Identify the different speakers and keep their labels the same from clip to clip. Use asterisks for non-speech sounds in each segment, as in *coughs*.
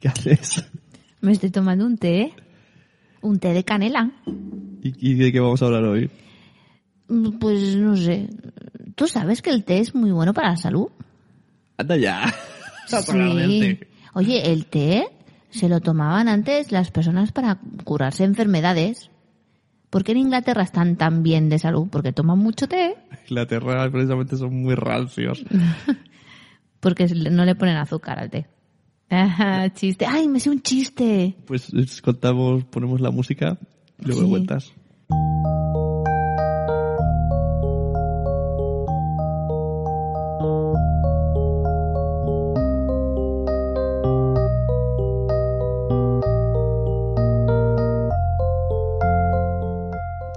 Speaker 1: ¿Qué haces?
Speaker 2: Me estoy tomando un té. Un té de canela.
Speaker 1: ¿Y, y de qué vamos a hablar hoy?
Speaker 2: Mm, Pues no sé. ¿Tú sabes que el té es muy bueno para la salud?
Speaker 1: Anda ya. *laughs* Vamos a hablar del té.
Speaker 2: Oye, el té se lo tomaban antes las personas para curarse enfermedades. ¿Por qué en Inglaterra están tan bien de salud? Porque toman mucho té,
Speaker 1: Inglaterra precisamente son muy rancios.
Speaker 2: porque no le ponen azúcar al té. *laughs* Ajá, chiste. ¡Ay, me sé un chiste!
Speaker 1: Pues es- contamos, ponemos la música y luego
Speaker 2: Sí.
Speaker 1: cuentas.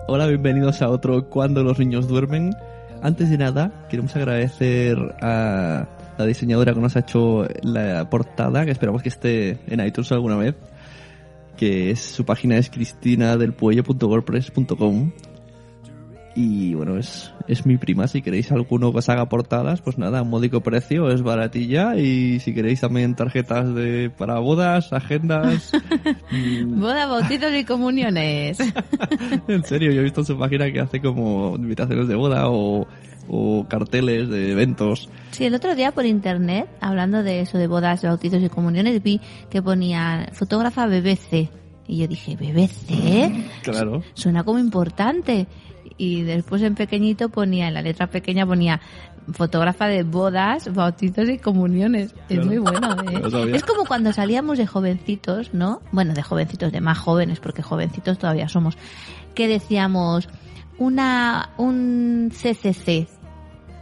Speaker 1: Hola, bienvenidos a otro Cuando los niños duermen. Antes de nada, queremos agradecer a la diseñadora que nos ha hecho la portada, que esperamos que esté en iTunes alguna vez, que es su página es cristinadelpuello.wordpress.com y bueno, es, es mi prima, si queréis alguno que os haga portadas, pues nada, a módico precio, es baratilla y si queréis también tarjetas de para bodas,
Speaker 2: *laughs*
Speaker 1: agendas, mm,
Speaker 2: Boda, bautizos y comuniones.
Speaker 1: en serio, yo he visto en su página que hace como invitaciones de boda o, o carteles de eventos.
Speaker 2: Sí, el otro día por internet, hablando de eso de bodas, bautizos y comuniones, vi que ponía fotógrafa BBC. Y yo dije, BBC,
Speaker 1: Claro.
Speaker 2: suena como importante. Y después en pequeñito ponía, en la letra pequeña ponía fotógrafa de bodas, bautizos y comuniones.
Speaker 1: Claro.
Speaker 2: Es muy bueno, ¿eh?
Speaker 1: Lo sabía.
Speaker 2: *laughs* Es como cuando salíamos de jovencitos, ¿no? Bueno, de jovencitos, de más jóvenes, porque jovencitos todavía somos. Que decíamos una un CCC,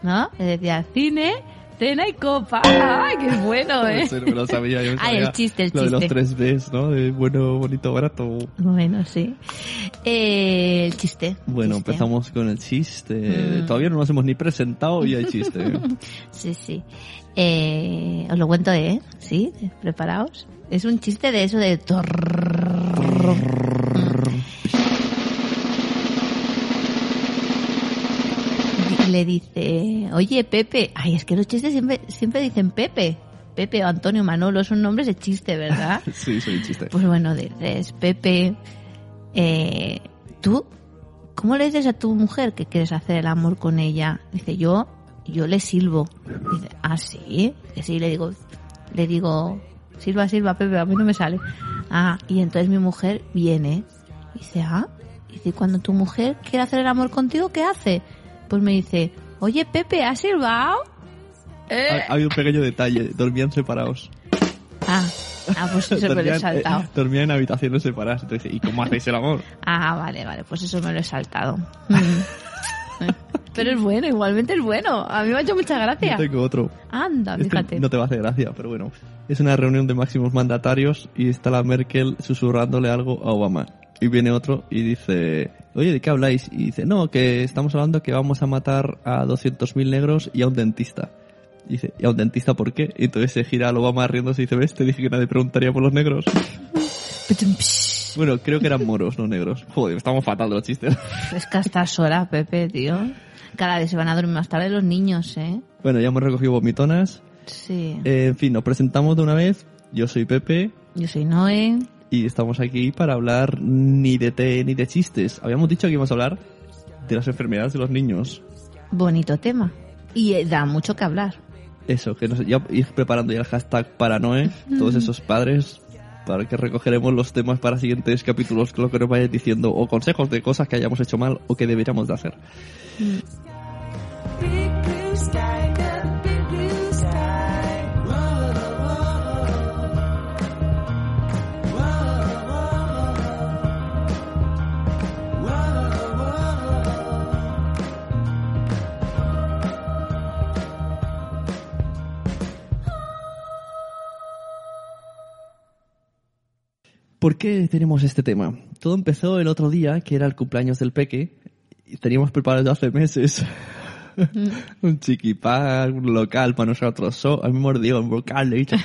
Speaker 2: ¿no? Que decía cine, cena y copa. ¡Ay, qué bueno, eh!
Speaker 1: En serio, me lo sabía, yo me
Speaker 2: *laughs* Ah, el
Speaker 1: sabía
Speaker 2: chiste, el
Speaker 1: Lo de los
Speaker 2: chiste.
Speaker 1: 3Ds, ¿no? De bueno, bonito, barato.
Speaker 2: Bueno, sí. Eh, el chiste.
Speaker 1: Bueno,
Speaker 2: chiste.
Speaker 1: empezamos con el chiste.
Speaker 2: Mm.
Speaker 1: Todavía no nos hemos ni presentado y hay chiste.
Speaker 2: *laughs* Sí, sí. Eh, os lo cuento, ¿eh? Sí, preparaos. Es un chiste de eso de... Le dice, oye, Pepe. Ay, es que los chistes siempre, siempre dicen Pepe. Pepe o Antonio Manolo son nombres de chiste, ¿verdad?
Speaker 1: sí, soy el chiste.
Speaker 2: Pues bueno, dices, Pepe, eh, ¿tú cómo le dices a tu mujer que quieres hacer el amor con ella? Dice, yo, yo le silbo. Dice, ah, sí, que sí, le digo, le digo, silba, silba, Pepe, a mí no me sale. Ah, y entonces mi mujer viene. Dice, ah, dice, "¿y cuando tu mujer quiere hacer el amor contigo, ¿qué hace? Pues me dice, oye, Pepe, ¿has silbado?
Speaker 1: Ha, ha habido un pequeño detalle. Dormían separados.
Speaker 2: Ah, ah, pues eso me lo he
Speaker 1: dormían,
Speaker 2: saltado.
Speaker 1: eh, dormían en habitaciones separadas. Entonces, ¿y cómo hacéis el amor?
Speaker 2: Ah, vale, vale, pues eso me lo he saltado. *laughs* Mm. pero es bueno, igualmente es bueno. A mí me ha hecho mucha
Speaker 1: Yo
Speaker 2: gracia.
Speaker 1: tengo otro.
Speaker 2: Anda,
Speaker 1: Este
Speaker 2: fíjate.
Speaker 1: no te va a hacer gracia, pero bueno. Es una reunión de máximos mandatarios y está la Merkel susurrándole algo a Obama. Y viene otro y dice, oye, ¿de qué habláis? Y dice, no, que estamos hablando que vamos a matar a 200.000 negros y a un dentista. Y dice, ¿y a un dentista por qué? Y entonces se gira al Obama riéndose y dice, ¿ves? Te dije que nadie preguntaría por los negros.
Speaker 2: Pechum, psh.
Speaker 1: Bueno, creo que eran moros, no negros. Joder, estamos fatal de los chistes.
Speaker 2: *laughs* Es que hasta horas, Pepe, tío. Cada vez se van a dormir más tarde los niños, ¿eh?
Speaker 1: Bueno, ya hemos recogido vomitonas.
Speaker 2: Sí.
Speaker 1: Eh, en fin, nos presentamos de una vez. Yo soy Pepe,
Speaker 2: Yo soy Noé.
Speaker 1: y estamos aquí para hablar ni de té ni de chistes. Habíamos dicho que íbamos a hablar de las enfermedades de los niños.
Speaker 2: Bonito tema. Y eh, da mucho que hablar.
Speaker 1: Eso, que nos, ya ir preparando ya el hashtag para Noé, todos esos padres, para que recogeremos los temas para siguientes capítulos, lo que nos vayan diciendo, o consejos de cosas que hayamos hecho mal o que deberíamos de hacer. ¿Por qué tenemos este tema? Todo empezó el otro día, que era el cumpleaños del Peque, y teníamos preparado ya hace meses *laughs* un chiquipá, un local para nosotros solos, a mí me mordió, un local, le he
Speaker 2: *laughs*
Speaker 1: dicho,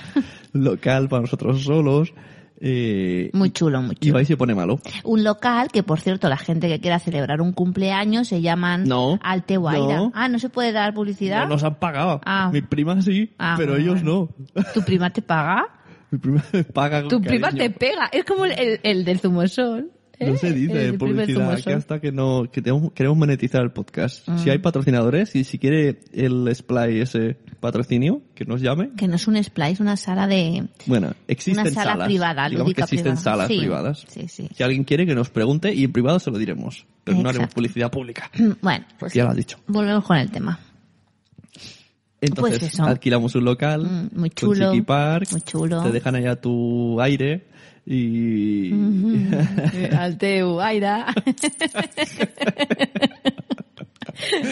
Speaker 1: un local para nosotros solos. eh,
Speaker 2: Muy chulo, muy
Speaker 1: y
Speaker 2: chulo.
Speaker 1: va y se pone malo.
Speaker 2: Un local que, por cierto, la gente que quiera celebrar un cumpleaños se llaman
Speaker 1: No,
Speaker 2: Alte Guaira.
Speaker 1: no.
Speaker 2: Ah, ¿no se puede dar publicidad?
Speaker 1: No nos han pagado.
Speaker 2: Ah.
Speaker 1: Mi prima sí,
Speaker 2: Ah,
Speaker 1: pero
Speaker 2: bueno,
Speaker 1: ellos
Speaker 2: bueno.
Speaker 1: no.
Speaker 2: ¿Tu prima te paga?
Speaker 1: Mi prima *laughs* me paga con
Speaker 2: Tu prima
Speaker 1: cariño.
Speaker 2: te pega. Es como el, el, el del ¿eh? zumosol.
Speaker 1: No se dice publicidad, que hasta que no que tenemos- queremos monetizar el podcast.
Speaker 2: Ah.
Speaker 1: Si hay patrocinadores y si quiere el Splay ese patrocinio, que nos llame.
Speaker 2: Que no es un splice, una sala de... *clears throat*
Speaker 1: Bueno, existen
Speaker 2: una sala
Speaker 1: salas.
Speaker 2: privada,
Speaker 1: digamos que
Speaker 2: lúdica
Speaker 1: existen
Speaker 2: privada.
Speaker 1: salas
Speaker 2: Sí,
Speaker 1: privadas.
Speaker 2: Sí, sí.
Speaker 1: Si alguien quiere que nos pregunte y en privado se lo diremos, pero no haremos
Speaker 2: Exacto.
Speaker 1: publicidad pública.
Speaker 2: Bueno, pues
Speaker 1: Ya lo has dicho.
Speaker 2: volvemos con el tema.
Speaker 1: Entonces
Speaker 2: Pues eso.
Speaker 1: alquilamos un local,
Speaker 2: Mm, muy
Speaker 1: con
Speaker 2: chulo,
Speaker 1: Chiqui Park,
Speaker 2: muy chulo.
Speaker 1: te dejan allá tu aire y *laughs*
Speaker 2: Alteu, Eh, Aira.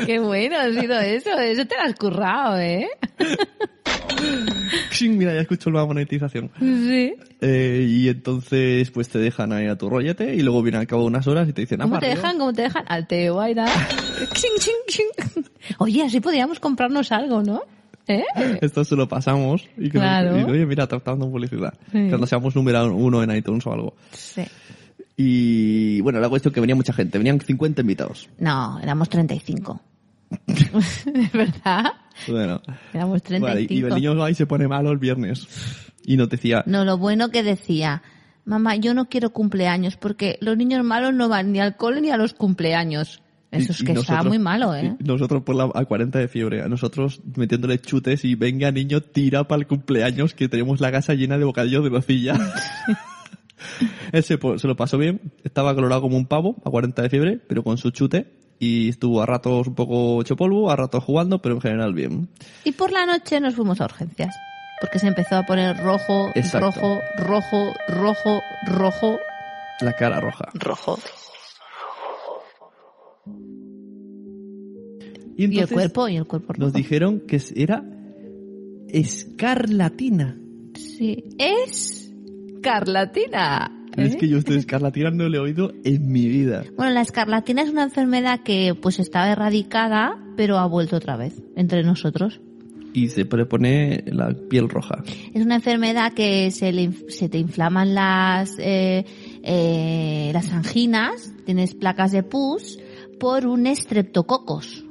Speaker 2: Qué bueno ha sido eso. Eso te lo has currado, ¿eh?
Speaker 1: ¡Xing! mira ya escucho la monetización.
Speaker 2: Sí.
Speaker 1: Eh, y entonces pues te dejan ahí a tu rollete y luego vienen al cabo de unas horas y te dicen
Speaker 2: ¿Cómo
Speaker 1: "Ah,
Speaker 2: te
Speaker 1: barrio".
Speaker 2: dejan? ¿Cómo te dejan? Alteu, Aira. *laughs* Ching, ching, ching. Oye, así podríamos comprarnos algo, ¿no? ¿Eh?
Speaker 1: Esto se lo pasamos y que nos-
Speaker 2: Claro.
Speaker 1: y, oye mira tratando publicidad
Speaker 2: Sí.
Speaker 1: cuando seamos número uno en iTunes o algo.
Speaker 2: Sí.
Speaker 1: Y bueno la cuestión que venía mucha gente, venían 50 invitados.
Speaker 2: No, éramos *laughs* 35. ¿Es verdad?
Speaker 1: Bueno.
Speaker 2: Éramos 35.
Speaker 1: Vale, y el niño va y se pone malo el viernes. Y nos decía,
Speaker 2: No, lo bueno que decía, mamá, yo no quiero cumpleaños porque los niños malos no van ni al cole ni a los cumpleaños. Eso
Speaker 1: Y-
Speaker 2: es
Speaker 1: y
Speaker 2: que está
Speaker 1: nosotros-
Speaker 2: muy malo, ¿eh?
Speaker 1: y Nosotros por la a 40 de fiebre, a nosotros metiéndole chutes y venga niño, tira para el cumpleaños que tenemos la casa llena de bocadillos de
Speaker 2: *laughs*
Speaker 1: nocilla. Él se, po- se lo pasó bien, estaba colorado como un pavo a 40 de fiebre, pero con su chute y estuvo a ratos un poco hecho polvo, a ratos jugando, pero en general bien.
Speaker 2: Y por la noche nos fuimos a urgencias porque se empezó a poner rojo,
Speaker 1: Exacto.
Speaker 2: rojo, rojo, rojo, rojo,
Speaker 1: La cara roja.
Speaker 2: rojo.
Speaker 1: Y,
Speaker 2: Y el
Speaker 1: entonces
Speaker 2: cuerpo, y el cuerpo rojo.
Speaker 1: nos dijeron que era escarlatina.
Speaker 2: Sí, es carlatina. ¿eh?
Speaker 1: Es que yo estoy escarlatina no le he oído en mi vida.
Speaker 2: Bueno, la escarlatina es una enfermedad que pues estaba erradicada, pero ha vuelto otra vez entre nosotros.
Speaker 1: Y se pone la piel roja.
Speaker 2: Es una enfermedad que se, le inf- se te inflaman las, eh, eh, las anginas, tienes placas de pus por un estreptococos.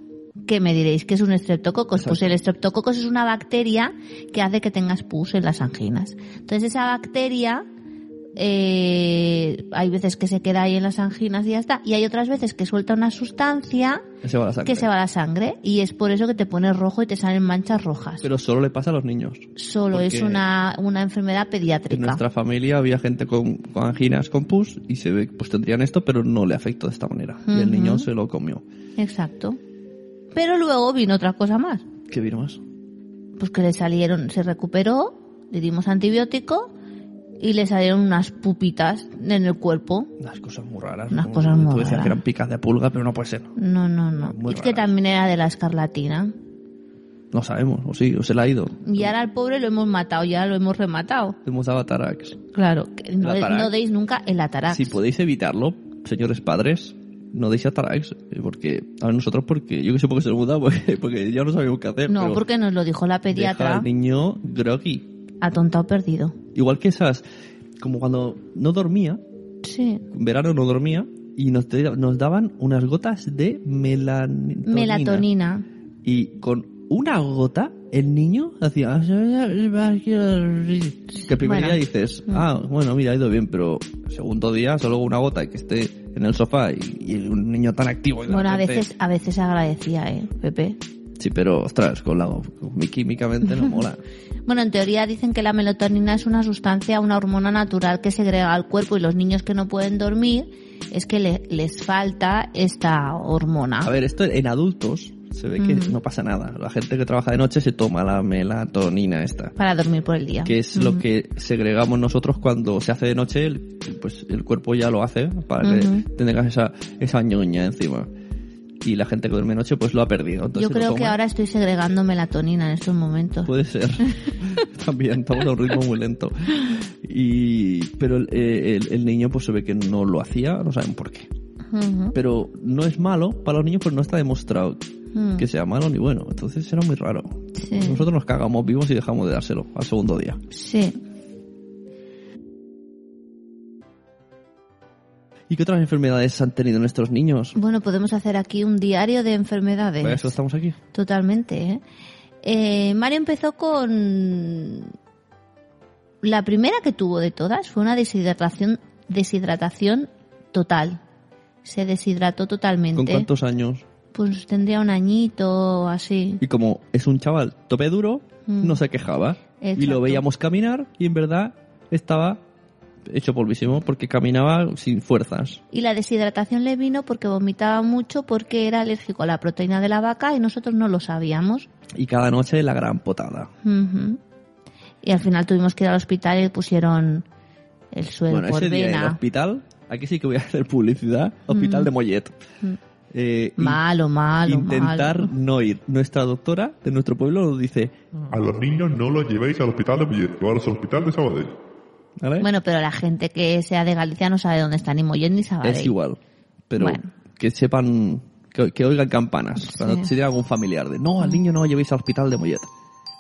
Speaker 2: ¿Qué me diréis? ¿Qué es un estreptococos? Pues el estreptococos es una bacteria que hace que tengas pus en las anginas. Entonces esa bacteria eh, hay veces que se queda ahí en las anginas y ya está. Y hay otras veces que suelta una sustancia
Speaker 1: Se va la sangre.
Speaker 2: que se va a la sangre y es por eso que te pones rojo y te salen manchas rojas
Speaker 1: Pero solo le pasa a los niños.
Speaker 2: solo
Speaker 1: Porque
Speaker 2: es una, una enfermedad
Speaker 1: En
Speaker 2: pediátrica.
Speaker 1: nuestra familia había gente con, con anginas, con pus, y se ve que pues tendrían esto, pero no le afectó de esta manera. Y el
Speaker 2: Ujú.
Speaker 1: niño se lo comió.
Speaker 2: Exacto. Pero luego vino otra cosa más.
Speaker 1: ¿Qué vino más?
Speaker 2: Pues que le salieron, se recuperó, le dimos antibiótico y le salieron unas pupitas en el cuerpo.
Speaker 1: Unas cosas muy raras.
Speaker 2: Unas
Speaker 1: ¿no?
Speaker 2: cosas muy
Speaker 1: Tú decías
Speaker 2: raras.
Speaker 1: que eran picas de pulga, pero no puede ser.
Speaker 2: No, no, no.
Speaker 1: Muy
Speaker 2: es que
Speaker 1: raras.
Speaker 2: también era de la escarlatina.
Speaker 1: No sabemos, o sí, o se la ha ido.
Speaker 2: Y ahora al pobre lo hemos matado, ya lo hemos rematado.
Speaker 1: Hemos dado a Tarax.
Speaker 2: Claro, que no,
Speaker 1: El Atarax.
Speaker 2: no deis nunca el atarax.
Speaker 1: Si podéis evitarlo, señores padres, no deis a Tarax, eh, porque a nosotros, porque yo que sé por qué se lo muda, *laughs* porque, porque ya no sabemos qué hacer.
Speaker 2: no,
Speaker 1: pero
Speaker 2: porque nos lo dijo la
Speaker 1: Deja
Speaker 2: pediatra.
Speaker 1: al niño groggy.
Speaker 2: Atontado perdido.
Speaker 1: Igual que esas, como cuando no dormía,
Speaker 2: Sí.
Speaker 1: en verano no dormía, y nos, te- nos daban unas gotas de melatonina.
Speaker 2: Melatonina.
Speaker 1: Y con una gota, el niño hacía... "Ah, Que el primer
Speaker 2: Bueno. Mm.
Speaker 1: día dices, ah, bueno, mira, ha ido bien, pero el segundo día solo una gota y que esté en el sofá y, y un niño tan activo. y de
Speaker 2: Bueno, a
Speaker 1: repente-
Speaker 2: veces, a veces agradecía, eh, Pepe.
Speaker 1: Sí, pero, ostras, con la... con- químicamente no *laughs* mola.
Speaker 2: Bueno, en teoría dicen que la melatonina es una sustancia, una hormona natural que segrega al cuerpo y los niños que no pueden dormir es que le- les falta esta hormona.
Speaker 1: A ver, esto en adultos se ve que
Speaker 2: Ujú.
Speaker 1: no pasa nada. La gente que trabaja de noche se toma la melatonina esta,
Speaker 2: Para dormir por el día.
Speaker 1: que es lo que segregamos nosotros cuando se hace de noche, el- pues el cuerpo ya lo hace para que
Speaker 2: Ujú.
Speaker 1: tengas esa, esa ñoña encima. Y la gente que duerme de noche pues lo ha perdido. Entonces
Speaker 2: Yo
Speaker 1: lo
Speaker 2: creo que
Speaker 1: toma.
Speaker 2: ahora estoy segregando
Speaker 1: Pues, *laughs*
Speaker 2: *laughs* melatonina en estos momentos.
Speaker 1: Puede ser. También estamos a un ritmo muy lento. Y, Y, pero el, el- el niño pues se ve que no lo hacía, no saben por qué.
Speaker 2: Ujú.
Speaker 1: Pero no es malo para los niños, pues no está demostrado
Speaker 2: Mm.
Speaker 1: que sea malo ni bueno. Entonces era muy raro.
Speaker 2: Sí.
Speaker 1: Nosotros nos cagamos vivos y dejamos de dárselo al segundo día.
Speaker 2: Sí.
Speaker 1: ¿Y qué otras enfermedades han tenido nuestros niños?
Speaker 2: Bueno, podemos hacer aquí un diario de enfermedades.
Speaker 1: Para Pues eso estamos aquí.
Speaker 2: Totalmente, ¿eh? Eh, Mario empezó con... La primera que tuvo de todas fue una deshidratación, deshidratación total. Se deshidrató totalmente.
Speaker 1: ¿Con cuántos años?
Speaker 2: Pues tendría un añito o así.
Speaker 1: Y como es un chaval tope duro,
Speaker 2: Mm.
Speaker 1: no se quejaba. Y
Speaker 2: Exacto.
Speaker 1: lo veíamos caminar y en verdad estaba hecho polvísimo porque caminaba sin fuerzas.
Speaker 2: Y la deshidratación le vino porque vomitaba mucho porque era alérgico a la proteína de la vaca y nosotros no lo sabíamos.
Speaker 1: Y cada noche la gran potada.
Speaker 2: Ujú. Y al final tuvimos que ir al hospital y le pusieron el suero
Speaker 1: bueno,
Speaker 2: por
Speaker 1: ese día en el
Speaker 2: vena.
Speaker 1: hospital, aquí sí que voy a hacer publicidad, hospital
Speaker 2: Mm.
Speaker 1: de Mollet. Eh, in-
Speaker 2: Malo, malo,
Speaker 1: intentar
Speaker 2: malo.
Speaker 1: no ir. Nuestra doctora de nuestro pueblo nos dice,
Speaker 3: A los niños no los llevéis al hospital de Mollet, llevaros al hospital de Sabadell.
Speaker 1: ¿vale?
Speaker 2: Bueno, pero la gente que sea de Galicia no sabe dónde está ni Mollet ni Sabadell.
Speaker 1: es igual, pero
Speaker 2: Bueno.
Speaker 1: que sepan, que, que oigan campanas. Cuando
Speaker 2: Sí.
Speaker 1: Si tiene algún familiar de, no, al niño no lo llevéis al hospital de Mollet.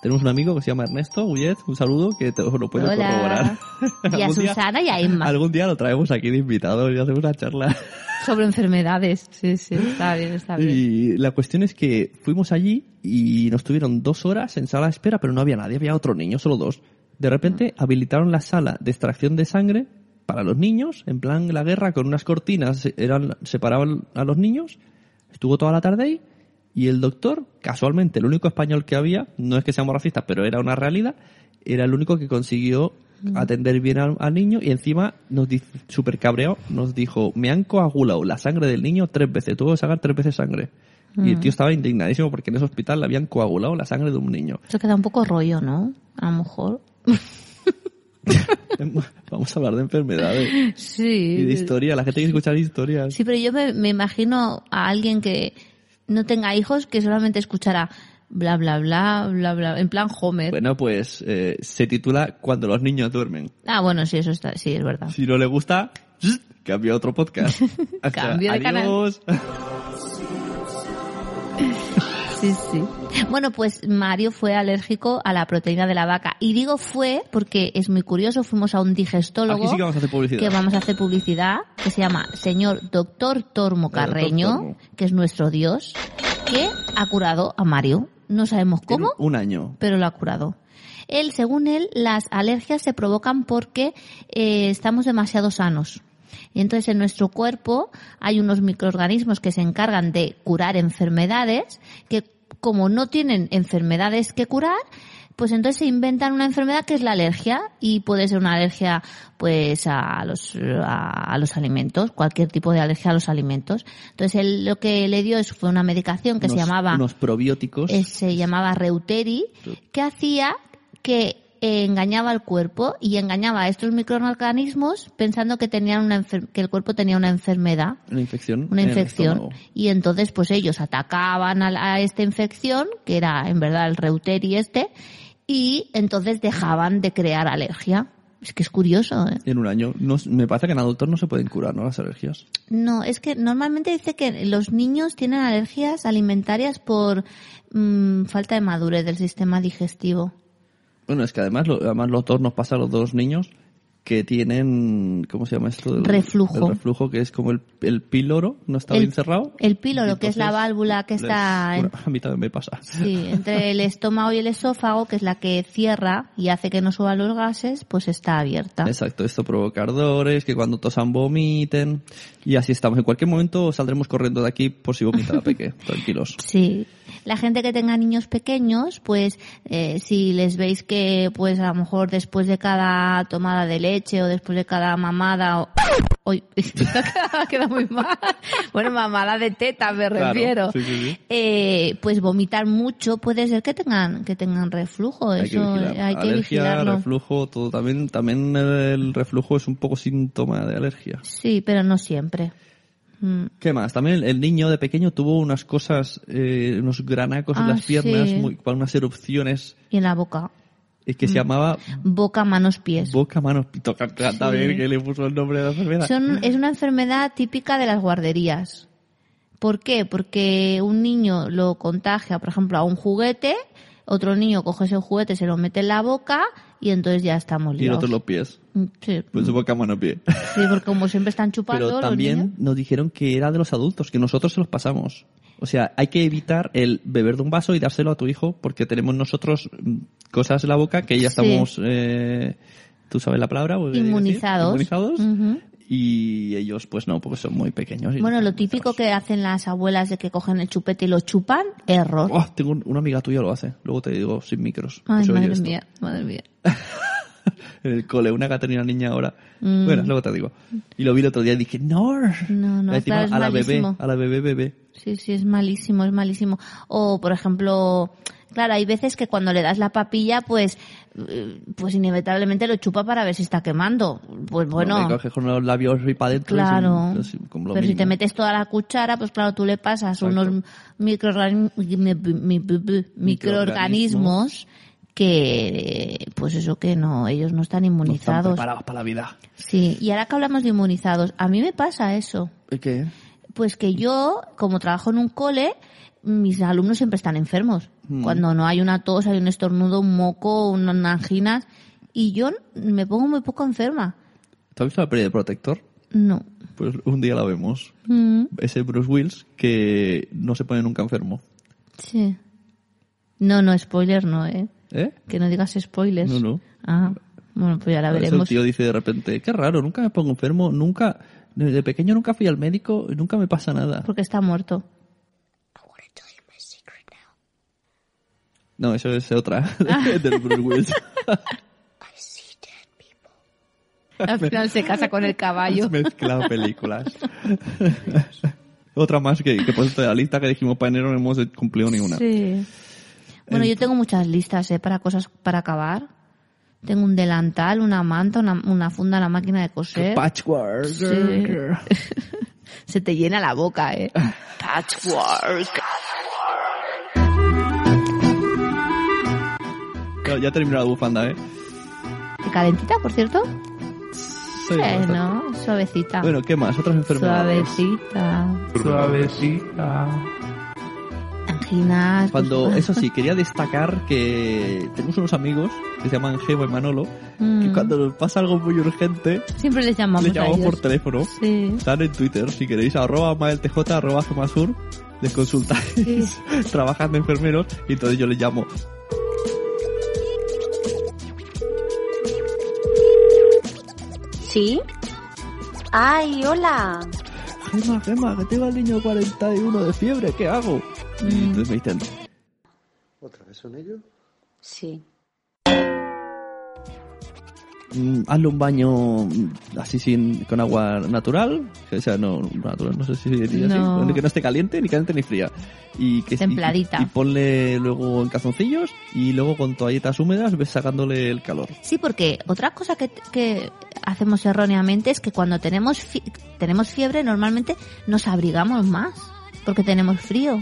Speaker 1: Tenemos un amigo que se llama Ernesto Gullet, un saludo que te os pues lo puede
Speaker 2: Hola.
Speaker 1: corroborar.
Speaker 2: *laughs* Y a
Speaker 1: Algún día-
Speaker 2: Susana y a Emma.
Speaker 1: Algún día lo traemos aquí de invitado y hacemos una charla.
Speaker 2: Sobre enfermedades. Sí, sí, está bien, está bien.
Speaker 1: Y la cuestión es que fuimos allí y nos tuvieron dos horas en sala de espera, pero no había nadie, había otro niño, solo dos. De repente habilitaron la sala de extracción de sangre para los niños, en plan la guerra, con unas cortinas, eran, separaban a los niños. Estuvo toda la tarde ahí y el doctor, casualmente, el único español que había, no es que seamos racistas, pero era una realidad, era el único que consiguió
Speaker 2: Mm.
Speaker 1: atender bien al, al niño y encima nos dice, super cabreado, nos dijo, me han coagulado la sangre del niño tres veces, tuvo que sacar tres veces sangre. Y
Speaker 2: Mm.
Speaker 1: el tío estaba indignadísimo porque en ese hospital le habían coagulado la sangre de un niño. *laughs*
Speaker 2: Eso queda un poco rollo, ¿no? A lo mejor.
Speaker 1: Vamos a hablar de enfermedades
Speaker 2: Sí.
Speaker 1: y de historia, la gente quiere escuchar historias.
Speaker 2: Sí, pero yo me, me imagino a alguien que no tenga hijos que solamente escuchará bla, bla, bla, bla, bla, en plan Homer.
Speaker 1: Bueno, pues eh, se titula Cuando los niños duermen.
Speaker 2: Ah, bueno, sí, eso está, sí, es verdad.
Speaker 1: Si no le gusta, cambia a otro
Speaker 2: *laughs*
Speaker 1: podcast. Hasta-
Speaker 2: Cambio de canal.
Speaker 1: adiós.
Speaker 2: Sí, sí. Bueno, pues Mario fue alérgico a la proteína de la vaca. Y digo fue porque es muy curioso, fuimos a un digestólogo
Speaker 1: Aquí sí que vamos a hacer publicidad.
Speaker 2: que vamos a hacer publicidad, que se llama señor doctor Tormo
Speaker 1: Doctor
Speaker 2: Carreño,
Speaker 1: Tormo.
Speaker 2: que es nuestro dios, que ha curado a Mario. No sabemos
Speaker 1: Tiene
Speaker 2: cómo,
Speaker 1: Un año.
Speaker 2: pero lo ha curado. Él, según él, las alergias se provocan porque eh, estamos demasiado sanos. Y entonces en nuestro cuerpo hay unos microorganismos que se encargan de curar enfermedades, que como no tienen enfermedades que curar, pues entonces se inventan una enfermedad que es la alergia y puede ser una alergia pues a los, a, a los alimentos, cualquier tipo de alergia a los alimentos. Entonces él lo que le dio es- fue una medicación que se
Speaker 1: Unos-
Speaker 2: llamaba
Speaker 1: Unos probióticos.
Speaker 2: eh, se llamaba Reuteri, que hacía que eh, engañaba al cuerpo y engañaba a estos microorganismos pensando que tenían una enfer- que el cuerpo tenía una enfermedad,
Speaker 1: Una infección.
Speaker 2: una
Speaker 1: en el
Speaker 2: infección,
Speaker 1: estómago.
Speaker 2: y entonces pues ellos atacaban a, la- a esta infección, que era en verdad el Reuteri este, y entonces dejaban de crear alergia. Es que es curioso, ¿eh?
Speaker 1: En un año. No s- me parece que en adultos no se pueden curar, ¿no? Las alergias.
Speaker 2: No, es que normalmente dice que los niños tienen alergias alimentarias por mm, falta de madurez del sistema digestivo.
Speaker 1: Bueno, es que además, lo, además los dos nos pasa a los dos niños que tienen, ¿cómo se llama esto? del-
Speaker 2: Reflujo.
Speaker 1: El reflujo, que es como el, el píloro, no está
Speaker 2: El-
Speaker 1: bien cerrado.
Speaker 2: el píloro, que es la
Speaker 1: Entonces,
Speaker 2: válvula que
Speaker 1: les-
Speaker 2: está
Speaker 1: *laughs*
Speaker 2: en-
Speaker 1: bueno, a mí también me pasa.
Speaker 2: Sí, entre el estómago y el esófago, que es la que cierra y hace que no suban los gases, pues está abierta.
Speaker 1: Exacto, esto provoca ardores, que cuando tosan vomiten. Y así estamos. En cualquier momento saldremos corriendo de aquí por si vomita la
Speaker 2: *laughs*
Speaker 1: peque. Tranquilos.
Speaker 2: Sí. La gente que tenga niños pequeños, pues eh, si les veis que pues a lo mejor después de cada tomada de leche o después de cada mamada o... *coughs* *laughs* Uy, queda muy mal. Bueno, mamada de teta me
Speaker 1: Claro,
Speaker 2: refiero.
Speaker 1: sí, sí, sí.
Speaker 2: Eh, pues vomitar mucho puede ser que tengan que tengan reflujo. Eso
Speaker 1: vigilar.
Speaker 2: hay que
Speaker 1: Alergia,
Speaker 2: vigilarlo.
Speaker 1: reflujo, todo. También, también el reflujo es un poco síntoma de alergia.
Speaker 2: Sí, pero no siempre. Mm.
Speaker 1: ¿Qué más? También el- el niño de pequeño tuvo unas cosas, eh, unos granacos
Speaker 2: Ah,
Speaker 1: en las piernas,
Speaker 2: sí.
Speaker 1: muy, para unas erupciones
Speaker 2: Y en la boca.
Speaker 1: Es que se llamaba
Speaker 2: Boca, manos, pies.
Speaker 1: Boca Manos *laughs* Pito. Canta
Speaker 2: Sí.
Speaker 1: bien que le puso el nombre de la enfermedad.
Speaker 2: Son- es una enfermedad típica de las guarderías. ¿Por qué? Porque un niño lo contagia, por ejemplo, a un juguete, otro niño coge ese juguete, se lo mete en la boca y entonces ya estamos
Speaker 1: Y el
Speaker 2: liados. Mm,
Speaker 1: otro los pies.
Speaker 2: Sí.
Speaker 1: Pues Boca Manos Pie.
Speaker 2: Sí, porque como siempre están chupando
Speaker 1: Pero
Speaker 2: los
Speaker 1: también
Speaker 2: niños.
Speaker 1: nos dijeron que era de los adultos, que nosotros se los pasamos. O sea, hay que evitar el beber de un vaso y dárselo a tu hijo porque tenemos nosotros mm, cosas en la boca que ya
Speaker 2: Sí.
Speaker 1: estamos, eh, tú sabes la palabra, pues, Voy a decir,
Speaker 2: Inmunizados.
Speaker 1: inmunizados.
Speaker 2: Ujú.
Speaker 1: Y ellos pues no, porque son muy pequeños. y
Speaker 2: Bueno,
Speaker 1: no
Speaker 2: lo
Speaker 1: tenemos
Speaker 2: típico
Speaker 1: muchos.
Speaker 2: que hacen las abuelas de que cogen el chupete y lo chupan, error.
Speaker 1: Oh, tengo un- una amiga tuya lo hace, luego te digo sin micros. que
Speaker 2: Ay,
Speaker 1: se oye
Speaker 2: madre
Speaker 1: esto.
Speaker 2: mía, madre mía.
Speaker 1: En el cole, una que tenía una niña ahora. Bueno, luego te digo. Y lo vi el otro día y dije, no.
Speaker 2: Mm. No, no,
Speaker 1: Y encima
Speaker 2: claro, es
Speaker 1: a la bebé,
Speaker 2: malísimo.
Speaker 1: a la bebé, bebé.
Speaker 2: Sí, sí, es malísimo, es malísimo. O, por ejemplo, claro, hay veces que cuando le das la papilla, pues, eh, pues inevitablemente lo chupa para ver si está quemando. Pues bueno,
Speaker 1: Le coges con los labios y para adentro.
Speaker 2: claro.
Speaker 1: es un- es como lo
Speaker 2: Pero si te
Speaker 1: mínimo.
Speaker 2: metes toda la cuchara, pues claro, tú le pasas
Speaker 1: Exacto.
Speaker 2: unos microorgan- mi- mi- mi- microorganismos que, eh, pues eso que no, ellos no están
Speaker 1: No están
Speaker 2: inmunizados.
Speaker 1: preparados para la vida.
Speaker 2: sí, y ahora que hablamos de inmunizados, a mí me pasa eso.
Speaker 1: ¿Y ¿Qué?
Speaker 2: Pues que yo, como trabajo en un cole, mis alumnos siempre están enfermos.
Speaker 1: Mm.
Speaker 2: Cuando no hay una tos, hay un estornudo, un moco, unas anginas. Y yo me pongo muy poco enferma.
Speaker 1: ¿Te has visto la peli de Protector?
Speaker 2: No.
Speaker 1: Pues un día la vemos.
Speaker 2: Mm,
Speaker 1: Ese Bruce Wills que no se pone nunca enfermo.
Speaker 2: sí. No, no, spoiler no, ¿eh?
Speaker 1: ¿Eh?
Speaker 2: Que no digas spoilers.
Speaker 1: No, no.
Speaker 2: Ah, bueno, pues ya la
Speaker 1: A veces
Speaker 2: veremos.
Speaker 1: El tío dice de repente, qué raro, nunca me pongo enfermo, nunca, de pequeño nunca fui al médico, y nunca me pasa nada.
Speaker 2: Porque está
Speaker 1: *laughs*
Speaker 2: muerto.
Speaker 1: No, eso es
Speaker 2: *laughs*
Speaker 1: otra, del Bruce Wills.
Speaker 2: Al final se casa con el
Speaker 1: *laughs*
Speaker 2: caballo.
Speaker 1: Has mezclado películas. *laughs* otra más que, que por cierto, de la lista que dijimos para enero no hemos cumplido ni una.
Speaker 2: Sí. Bueno, yo tengo muchas listas, ¿eh? Para cosas para acabar. Tengo un delantal, una manta, una, una funda, la máquina de coser.
Speaker 1: Patchwork.
Speaker 2: ¿Eh? Sí. Se te llena la
Speaker 1: *laughs*
Speaker 2: boca, ¿eh? Patchwork. *laughs*
Speaker 1: Ya, ya terminó la bufanda, ¿eh?
Speaker 2: Calentita, por cierto.
Speaker 1: Sí,
Speaker 2: Eh,
Speaker 1: bastante.
Speaker 2: no, suavecita.
Speaker 1: Bueno, ¿qué más? Otras enfermedades.
Speaker 2: suavecita.
Speaker 1: Suavecita.
Speaker 2: Anginas.
Speaker 1: Cuando,
Speaker 2: pues,
Speaker 1: eso sí, quería destacar que tenemos unos amigos que se llaman Gema y Manolo, que
Speaker 2: Mm.
Speaker 1: cuando nos pasa algo muy urgente,
Speaker 2: Siempre les llamamos
Speaker 1: les
Speaker 2: a
Speaker 1: llamamos
Speaker 2: ellos.
Speaker 1: por teléfono.
Speaker 2: Sí.
Speaker 1: Están en Twitter, si queréis, arroba maeltj, arroba gemasur, les consultáis,
Speaker 2: Sí.
Speaker 1: trabajan de enfermeros, y entonces yo les llamo.
Speaker 4: ¿Sí? ¡Ay, hola!
Speaker 1: Gema, Gema, que tengo al niño 41 de fiebre, ¿qué hago?
Speaker 4: Mm.
Speaker 1: Y entonces me dicen,
Speaker 4: Sí.
Speaker 1: mm, hazle un baño mm, así sin con agua natural o sea no natural no sé si diría
Speaker 2: No.
Speaker 1: así, que no esté caliente ni caliente ni fría y que
Speaker 2: Templadita.
Speaker 1: y, y ponle luego en calzoncillos y luego con toallitas húmedas ves sacándole el calor
Speaker 2: Sí, porque otra cosa que, que hacemos erróneamente es que cuando tenemos, fi- tenemos fiebre normalmente nos abrigamos más porque tenemos frío.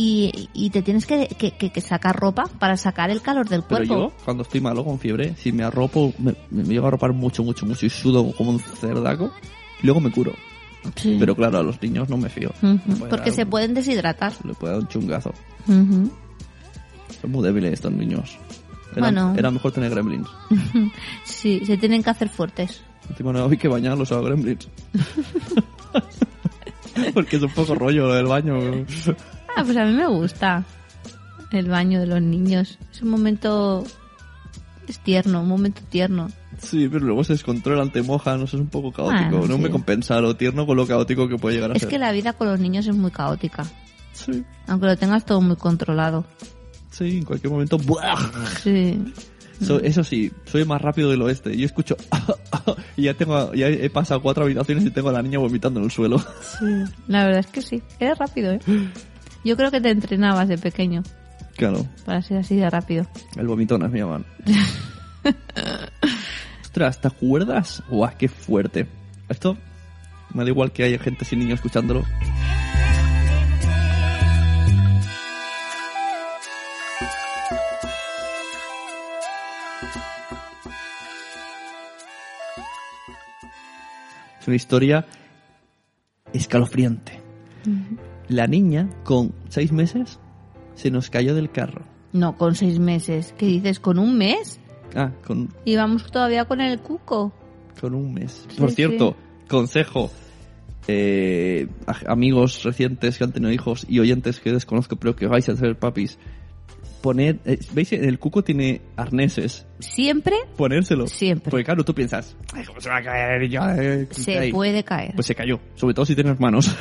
Speaker 2: Y, y te tienes que, que- que- que sacar ropa para sacar el calor del
Speaker 1: pero
Speaker 2: cuerpo.
Speaker 1: yo cuando estoy malo con fiebre si me arropo me, me llego a arropar mucho mucho mucho y sudo como un cerdaco y luego me curo
Speaker 2: Sí.
Speaker 1: pero claro a los niños no me fío
Speaker 2: Ujú,
Speaker 1: Me puede
Speaker 2: porque
Speaker 1: dar
Speaker 2: se
Speaker 1: un-
Speaker 2: pueden deshidratar.
Speaker 1: le puede dar un chungazo
Speaker 2: Ujú.
Speaker 1: son muy débiles estos niños era,
Speaker 2: Bueno.
Speaker 1: era mejor tener gremlins
Speaker 2: Sí, se tienen que hacer fuertes.
Speaker 1: Encima no hay que bañarlos a
Speaker 2: *laughs*
Speaker 1: Gremlins. Porque es un poco rollo lo del baño.
Speaker 2: Ah, pues a mí me gusta el baño de los niños. Es un momento... Es tierno, un momento tierno.
Speaker 1: Sí, pero luego se descontrolan, te mojan, no sé, es un poco caótico.
Speaker 2: Bueno,
Speaker 1: no
Speaker 2: sí.
Speaker 1: me compensa lo tierno con lo caótico que puede llegar a
Speaker 2: Es
Speaker 1: ser.
Speaker 2: que la vida con los niños es muy caótica.
Speaker 1: Sí,
Speaker 2: Aunque lo tengas todo muy controlado.
Speaker 1: sí, en cualquier momento. ¡buah!
Speaker 2: Sí.
Speaker 1: So- eso sí, soy más rápido del oeste. Yo escucho. *laughs* y ya tengo, ya he pasado cuatro habitaciones y tengo a la niña vomitando en el suelo. *laughs*
Speaker 2: Sí, la verdad es que sí. Eres rápido, ¿eh? Yo creo que te entrenabas de pequeño
Speaker 1: claro,
Speaker 2: para ser así de rápido.
Speaker 1: el vomitona me llaman. Ostras, ¿te acuerdas? ¡Guau, qué fuerte! Esto me da igual que haya gente sin niños escuchándolo. Es una historia escalofriante. La niña, con seis meses, se nos cayó del carro.
Speaker 2: No, con seis meses. ¿Qué dices? ¿Con un mes?
Speaker 1: Ah, con,
Speaker 2: Y vamos todavía con el cuco.
Speaker 1: con un mes.
Speaker 2: Sí,
Speaker 1: Por
Speaker 2: sí.
Speaker 1: cierto, consejo. eh, a- amigos recientes que han tenido hijos y oyentes que desconozco, pero que vais a ser papis. Poned, eh, ¿veis? El cuco tiene arneses.
Speaker 2: Siempre,
Speaker 1: Ponérselo.
Speaker 2: siempre.
Speaker 1: Porque claro, tú piensas, "Ay, ¿cómo se va a caer el niño? Eh,
Speaker 2: se
Speaker 1: ahí".
Speaker 2: puede caer.
Speaker 1: Pues se cayó, sobre todo si tiene hermanos.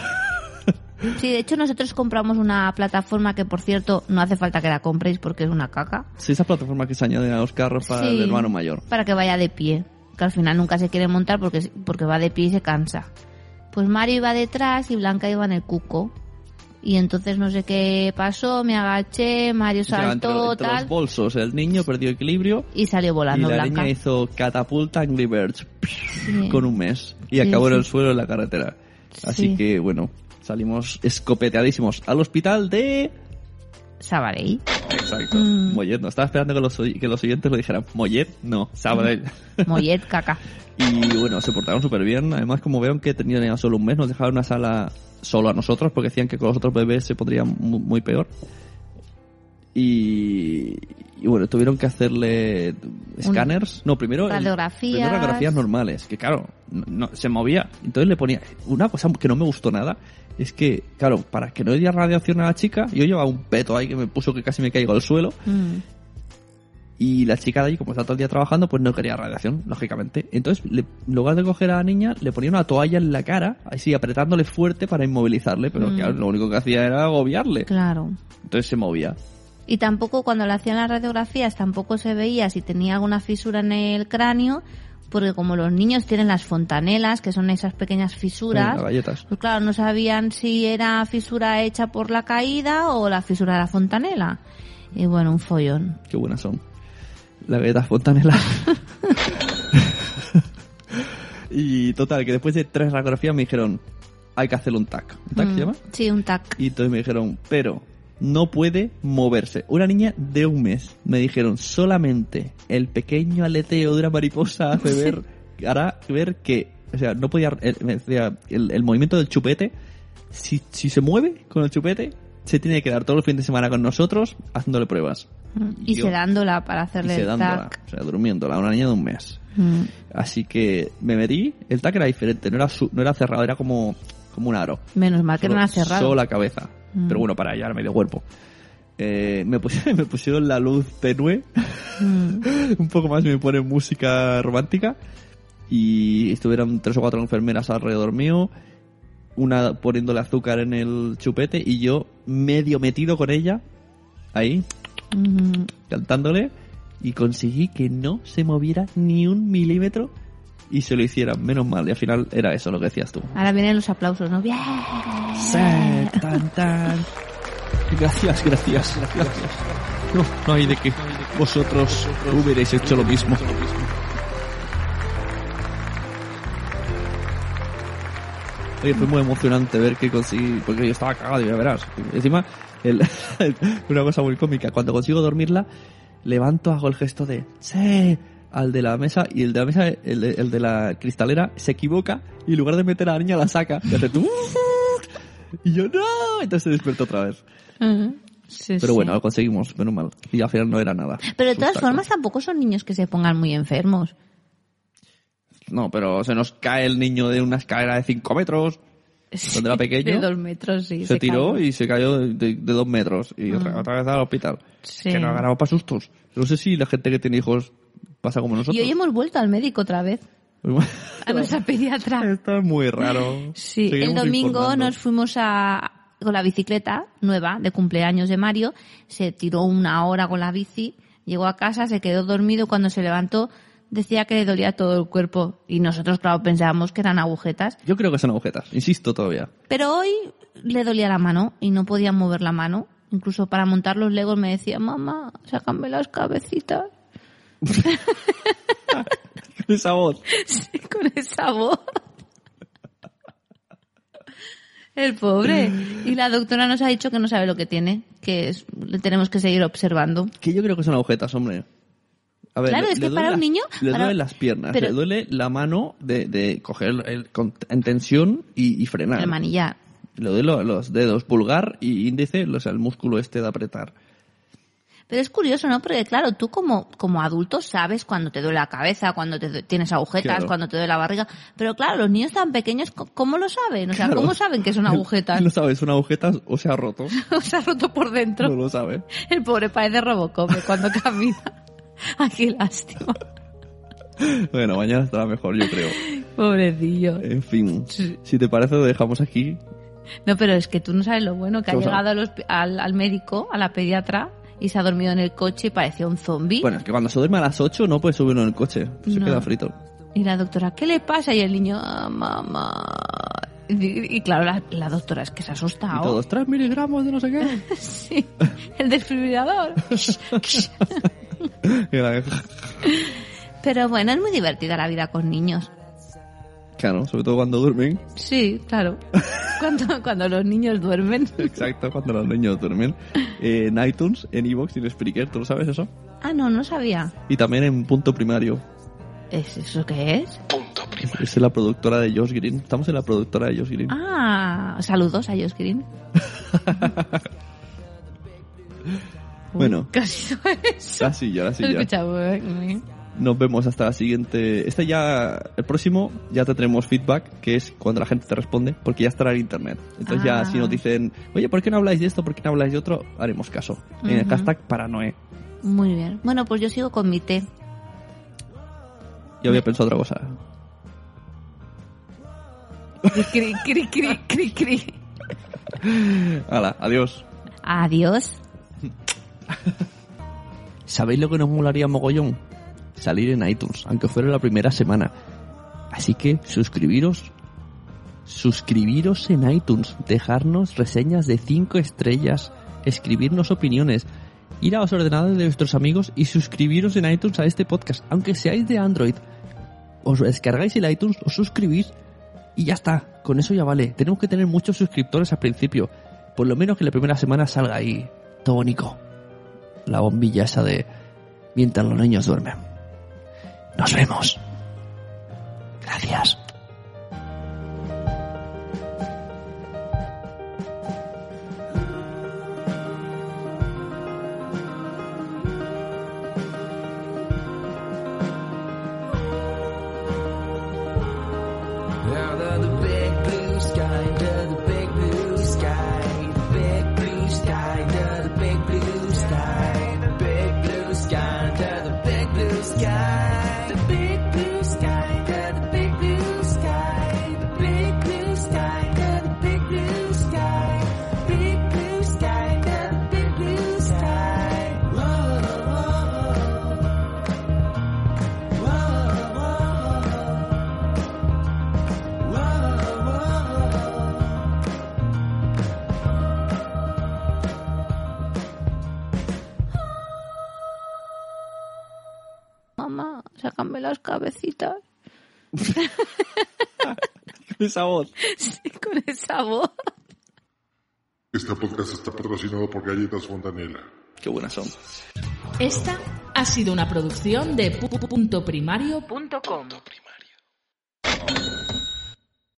Speaker 2: Sí, de hecho nosotros compramos una plataforma que, por cierto, no hace falta que la compréis porque es una caca.
Speaker 1: *laughs* Sí, esa plataforma que se añaden a los carros para
Speaker 2: Sí.
Speaker 1: el hermano mayor.
Speaker 2: Para que vaya de pie. Que al final nunca se quiere montar porque, porque va de pie y se cansa. Pues Mario iba detrás y Blanca iba en el cuco. Y entonces no sé qué pasó, me agaché, Mario
Speaker 1: Ya, entre,
Speaker 2: saltó,
Speaker 1: entre los
Speaker 2: tal.
Speaker 1: bolsos, el niño perdió equilibrio
Speaker 2: Y salió
Speaker 1: y la
Speaker 2: volando Blanca.
Speaker 1: niña hizo catapulta Angry Birds
Speaker 2: Sí.
Speaker 1: *laughs* con un mes y
Speaker 2: Sí,
Speaker 1: acabó en
Speaker 2: sí.
Speaker 1: el suelo en la carretera. Así
Speaker 2: Sí.
Speaker 1: que, bueno, salimos escopeteadísimos al hospital de... *laughs*
Speaker 2: Sabadell.
Speaker 1: Exacto,
Speaker 2: Mm.
Speaker 1: Mollet. No, estaba esperando que los, oy- que los oyentes lo dijeran. Mollet, no,
Speaker 2: Mm.
Speaker 1: Sabadell.
Speaker 2: Mollet, caca.
Speaker 1: Y bueno, se portaron súper bien. Además, como vieron que tenían solo un mes, nos dejaron una sala solo a nosotros porque decían que con los otros bebés se pondría mu- muy, peor. Y, y bueno, tuvieron que hacerle escáners. No, primero. el-
Speaker 2: Radiografías.
Speaker 1: primero radiografías normales, que claro, no, no- se movía. Entonces le ponía. Una cosa que no me gustó nada es que, claro, para que no diera radiación a la chica, yo llevaba un peto ahí que me puso que casi me caigo al suelo.
Speaker 2: Mm.
Speaker 1: Y la chica de allí, como está todo el día trabajando, pues no quería radiación, lógicamente. Entonces, le- en lugar de coger a la niña, le ponía una toalla en la cara, así apretándole fuerte para inmovilizarle, pero
Speaker 2: Mm.
Speaker 1: claro, lo único que hacía era agobiarle.
Speaker 2: Claro.
Speaker 1: Entonces se movía.
Speaker 2: Y tampoco cuando le hacían las radiografías tampoco se veía si tenía alguna fisura en el cráneo, porque como los niños tienen las fontanelas, que son esas pequeñas
Speaker 1: Las
Speaker 2: fisuras,
Speaker 1: galletas.
Speaker 2: pues claro, no sabían si era fisura hecha por la caída o la fisura de la fontanela. Y bueno, un follón.
Speaker 1: Qué buenas son. Las galletas fontanelas. *laughs* y total, que después de tres radiografías me dijeron, hay que hacerle un TAC. ¿Un TAC
Speaker 2: Mm,
Speaker 1: se llama?
Speaker 2: Sí, un tac.
Speaker 1: Y entonces me dijeron, pero no puede moverse. Una niña de un mes. Me dijeron, solamente el pequeño aleteo de una mariposa hace ver, hará ver que, o sea, no podía, el, me decía, el- el movimiento del chupete, si, si se mueve con el chupete, se tiene que quedar todo el fin de semana con nosotros haciéndole pruebas.
Speaker 2: Mm, Y
Speaker 1: Mm. yo-
Speaker 2: sedándola para
Speaker 1: Y
Speaker 2: hacerle el
Speaker 1: sedándola,
Speaker 2: tac.
Speaker 1: o sea, durmiéndola, una niña de un mes.
Speaker 2: Mm.
Speaker 1: Así que me metí, el tac era diferente, no era, su- no era cerrado, era como, como un aro.
Speaker 2: Menos mal que no
Speaker 1: Solo-
Speaker 2: la ha cerrado.
Speaker 1: Solo la cabeza.
Speaker 2: Mm.
Speaker 1: Pero bueno, para llevar medio cuerpo. Eh, me, pus- *laughs* me pusieron la luz tenue. *laughs*
Speaker 2: Mm.
Speaker 1: un poco más me ponen música romántica. Y estuvieron tres o cuatro enfermeras alrededor mío. Una poniéndole azúcar en el chupete. Y yo medio metido con ella. Ahí,
Speaker 2: Mm.
Speaker 1: cantándole. Y conseguí que no se moviera ni un milímetro. Y se lo hicieran. Menos mal. Y al final era eso lo que decías tú.
Speaker 2: Ahora vienen los aplausos, ¿no? Bien.
Speaker 1: Ser, tan, tan. Gracias, gracias, gracias. No, no hay de qué. Vosotros hubierais hecho lo mismo. Oye, fue muy emocionante ver que conseguí, porque yo estaba cagado, ya verás. Encima, el- *laughs* una cosa muy cómica, cuando consigo dormirla, levanto, hago el gesto de ¡Sí! al de la mesa y el de la mesa, el de, el de la cristalera, se equivoca y en lugar de meter a la niña la saca. Y hace tú. *laughs* Y yo no, entonces se despertó otra vez.
Speaker 2: Sí,
Speaker 1: Pero
Speaker 2: sí.
Speaker 1: bueno, lo conseguimos, menos mal. Y al final no era nada.
Speaker 2: Pero de
Speaker 1: Sus
Speaker 2: todas
Speaker 1: tacos.
Speaker 2: formas tampoco son niños que se pongan muy enfermos.
Speaker 1: No, pero se nos cae el niño de una escalera de 5 metros. Cuando era pequeño,
Speaker 2: De dos metros, sí.
Speaker 1: se, tiró
Speaker 2: cayó.
Speaker 1: y se cayó de, de- de dos metros. Y otra, otra vez al hospital.
Speaker 2: Ah. Sí.
Speaker 1: Que nos agarramos para sustos. No sé si la gente que tiene hijos pasa como nosotros.
Speaker 2: Y hoy hemos vuelto al médico otra vez. A nuestra pediatra.
Speaker 1: *laughs* Esto es muy raro.
Speaker 2: Sí, el
Speaker 1: Seguimos
Speaker 2: domingo
Speaker 1: informando.
Speaker 2: nos fuimos a con la bicicleta nueva de cumpleaños de Mario, se tiró una hora con la bici, llegó a casa, se quedó dormido, cuando se levantó decía que le dolía todo el cuerpo y nosotros claro pensábamos que eran agujetas,
Speaker 1: Yo creo que son agujetas, insisto todavía. *laughs*
Speaker 2: pero hoy le dolía la mano y no podía mover la mano, incluso para montar los legos me decía, "Mamá, sácame las cabecitas."
Speaker 1: Esa voz.
Speaker 2: Sí, *laughs* con esa voz. El pobre. Y la doctora nos ha dicho que no sabe lo que tiene, que es- le tenemos que seguir observando.
Speaker 1: Que yo creo que son agujetas, hombre. A ver,
Speaker 2: Claro,
Speaker 1: le-
Speaker 2: es
Speaker 1: le
Speaker 2: que
Speaker 1: duele
Speaker 2: para un
Speaker 1: las-
Speaker 2: niño,
Speaker 1: Le
Speaker 2: para-
Speaker 1: duelen las piernas,
Speaker 2: pero-
Speaker 1: le duele la mano de, de coger el- el- con- en tensión y, y frenar.
Speaker 2: El manillar.
Speaker 1: Le duele lo- los dedos, pulgar y índice, o sea, el músculo este de apretar.
Speaker 2: Pero es curioso, ¿no? Porque claro, tú como, como adulto sabes cuando te duele la cabeza, cuando te du- tienes agujetas,
Speaker 1: Claro.
Speaker 2: cuando te duele la barriga. Pero claro, los niños tan pequeños, co- ¿cómo lo saben? O sea,
Speaker 1: Claro.
Speaker 2: ¿cómo saben que son agujetas?
Speaker 1: *laughs*
Speaker 2: *laughs*
Speaker 1: No sabes, son agujetas o se ha roto.
Speaker 2: Se ha roto por dentro.
Speaker 1: No lo sabes.
Speaker 2: El pobre parece Robocop cuando camina. *laughs* Ay, qué lástima.
Speaker 1: Bueno, mañana estará mejor, yo
Speaker 2: *laughs*
Speaker 1: creo.
Speaker 2: Pobrecillo.
Speaker 1: En fin,
Speaker 2: Sí.
Speaker 1: si te parece, lo dejamos aquí.
Speaker 2: No, pero es que tú no sabes lo bueno que ha
Speaker 1: ¿Cómo sabe?
Speaker 2: llegado al hospi- al, al médico, a la pediatra, y se ha dormido en el coche y parecía un zombi.
Speaker 1: Bueno, es que cuando se duerme a las 8 no puedes subirlo en el coche. Se
Speaker 2: No.
Speaker 1: queda frito.
Speaker 2: Y la doctora, ¿qué le pasa? Y el niño, "Ah, mamá. Y, y claro, la, la doctora es que se ha asustado.
Speaker 1: Y todos, 3 miligramos de no sé qué. *laughs*
Speaker 2: *laughs* Sí, el desfibrilador.
Speaker 1: Y la-
Speaker 2: Pero bueno, es muy divertida la vida con niños.
Speaker 1: claro, sobre todo cuando duermen.
Speaker 2: Sí, *laughs* claro. Cuando, cuando los niños duermen.
Speaker 1: *laughs* Exacto, cuando los niños duermen. Eh, en iTunes, en Evox y en Spreaker, ¿tú lo sabes eso?
Speaker 2: Ah, no, no sabía.
Speaker 1: Y también en Punto Primario.
Speaker 2: ¿Es ¿Eso qué es?
Speaker 1: Es la productora de Josh Green. Estamos en la productora de Josh Green.
Speaker 2: Ah, saludos a Josh *laughs* Green.
Speaker 1: Bueno.
Speaker 2: Casi todo eso.
Speaker 1: Casi Ah, ya, casi ya.
Speaker 2: Escucha, bueno.
Speaker 1: Nos vemos hasta la siguiente. Este ya, el próximo, ya te tenemos feedback, que es cuando la gente te responde, porque ya estará en internet. Entonces
Speaker 2: Ah.
Speaker 1: ya si nos dicen, oye, ¿por qué no habláis de esto? ¿Por qué no habláis de otro? Haremos caso. En el
Speaker 2: Ujú.
Speaker 1: hashtag paranoe.
Speaker 2: Muy bien. Bueno, pues yo sigo con mi té.
Speaker 1: Yo había pensado otra cosa.
Speaker 2: *laughs* Cri, cri, cri, cri, cri.
Speaker 1: Hala, adiós.
Speaker 2: Adiós.
Speaker 1: ¿Sabéis lo que nos molaría mogollón? Salir en iTunes, aunque fuera la primera semana. Así que suscribiros. Suscribiros en iTunes, dejarnos reseñas de 5 estrellas, escribirnos opiniones, ir a los ordenadores de vuestros amigos y suscribiros en iTunes a este podcast, aunque seáis de Android. Os descargáis el iTunes, os suscribís y ya está, con eso ya vale. Tenemos que tener muchos suscriptores al principio, por lo menos que la primera semana salga ahí, todo bonito la bombilla esa de mientras los niños duermen. Nos vemos. Gracias.
Speaker 5: Out of the big blue sky, to the big blue sky, the big blue sky, to the big blue sky, the big blue sky, to the big blue sky, the big blue sky, to the big blue sky, the big blue sky, to the big blue sky, big blue sky, to the big blue sky. Whoa, whoa, whoa. Whoa, whoa.
Speaker 2: Mamá, sácame las cabecitas. *laughs*
Speaker 1: Esa voz.
Speaker 2: Sí, con esa voz.
Speaker 3: Este podcast está patrocinado por Galletas Fontanela.
Speaker 1: Qué buenas son.
Speaker 6: Esta ha sido una producción de pu- pu- puntoprimario.com.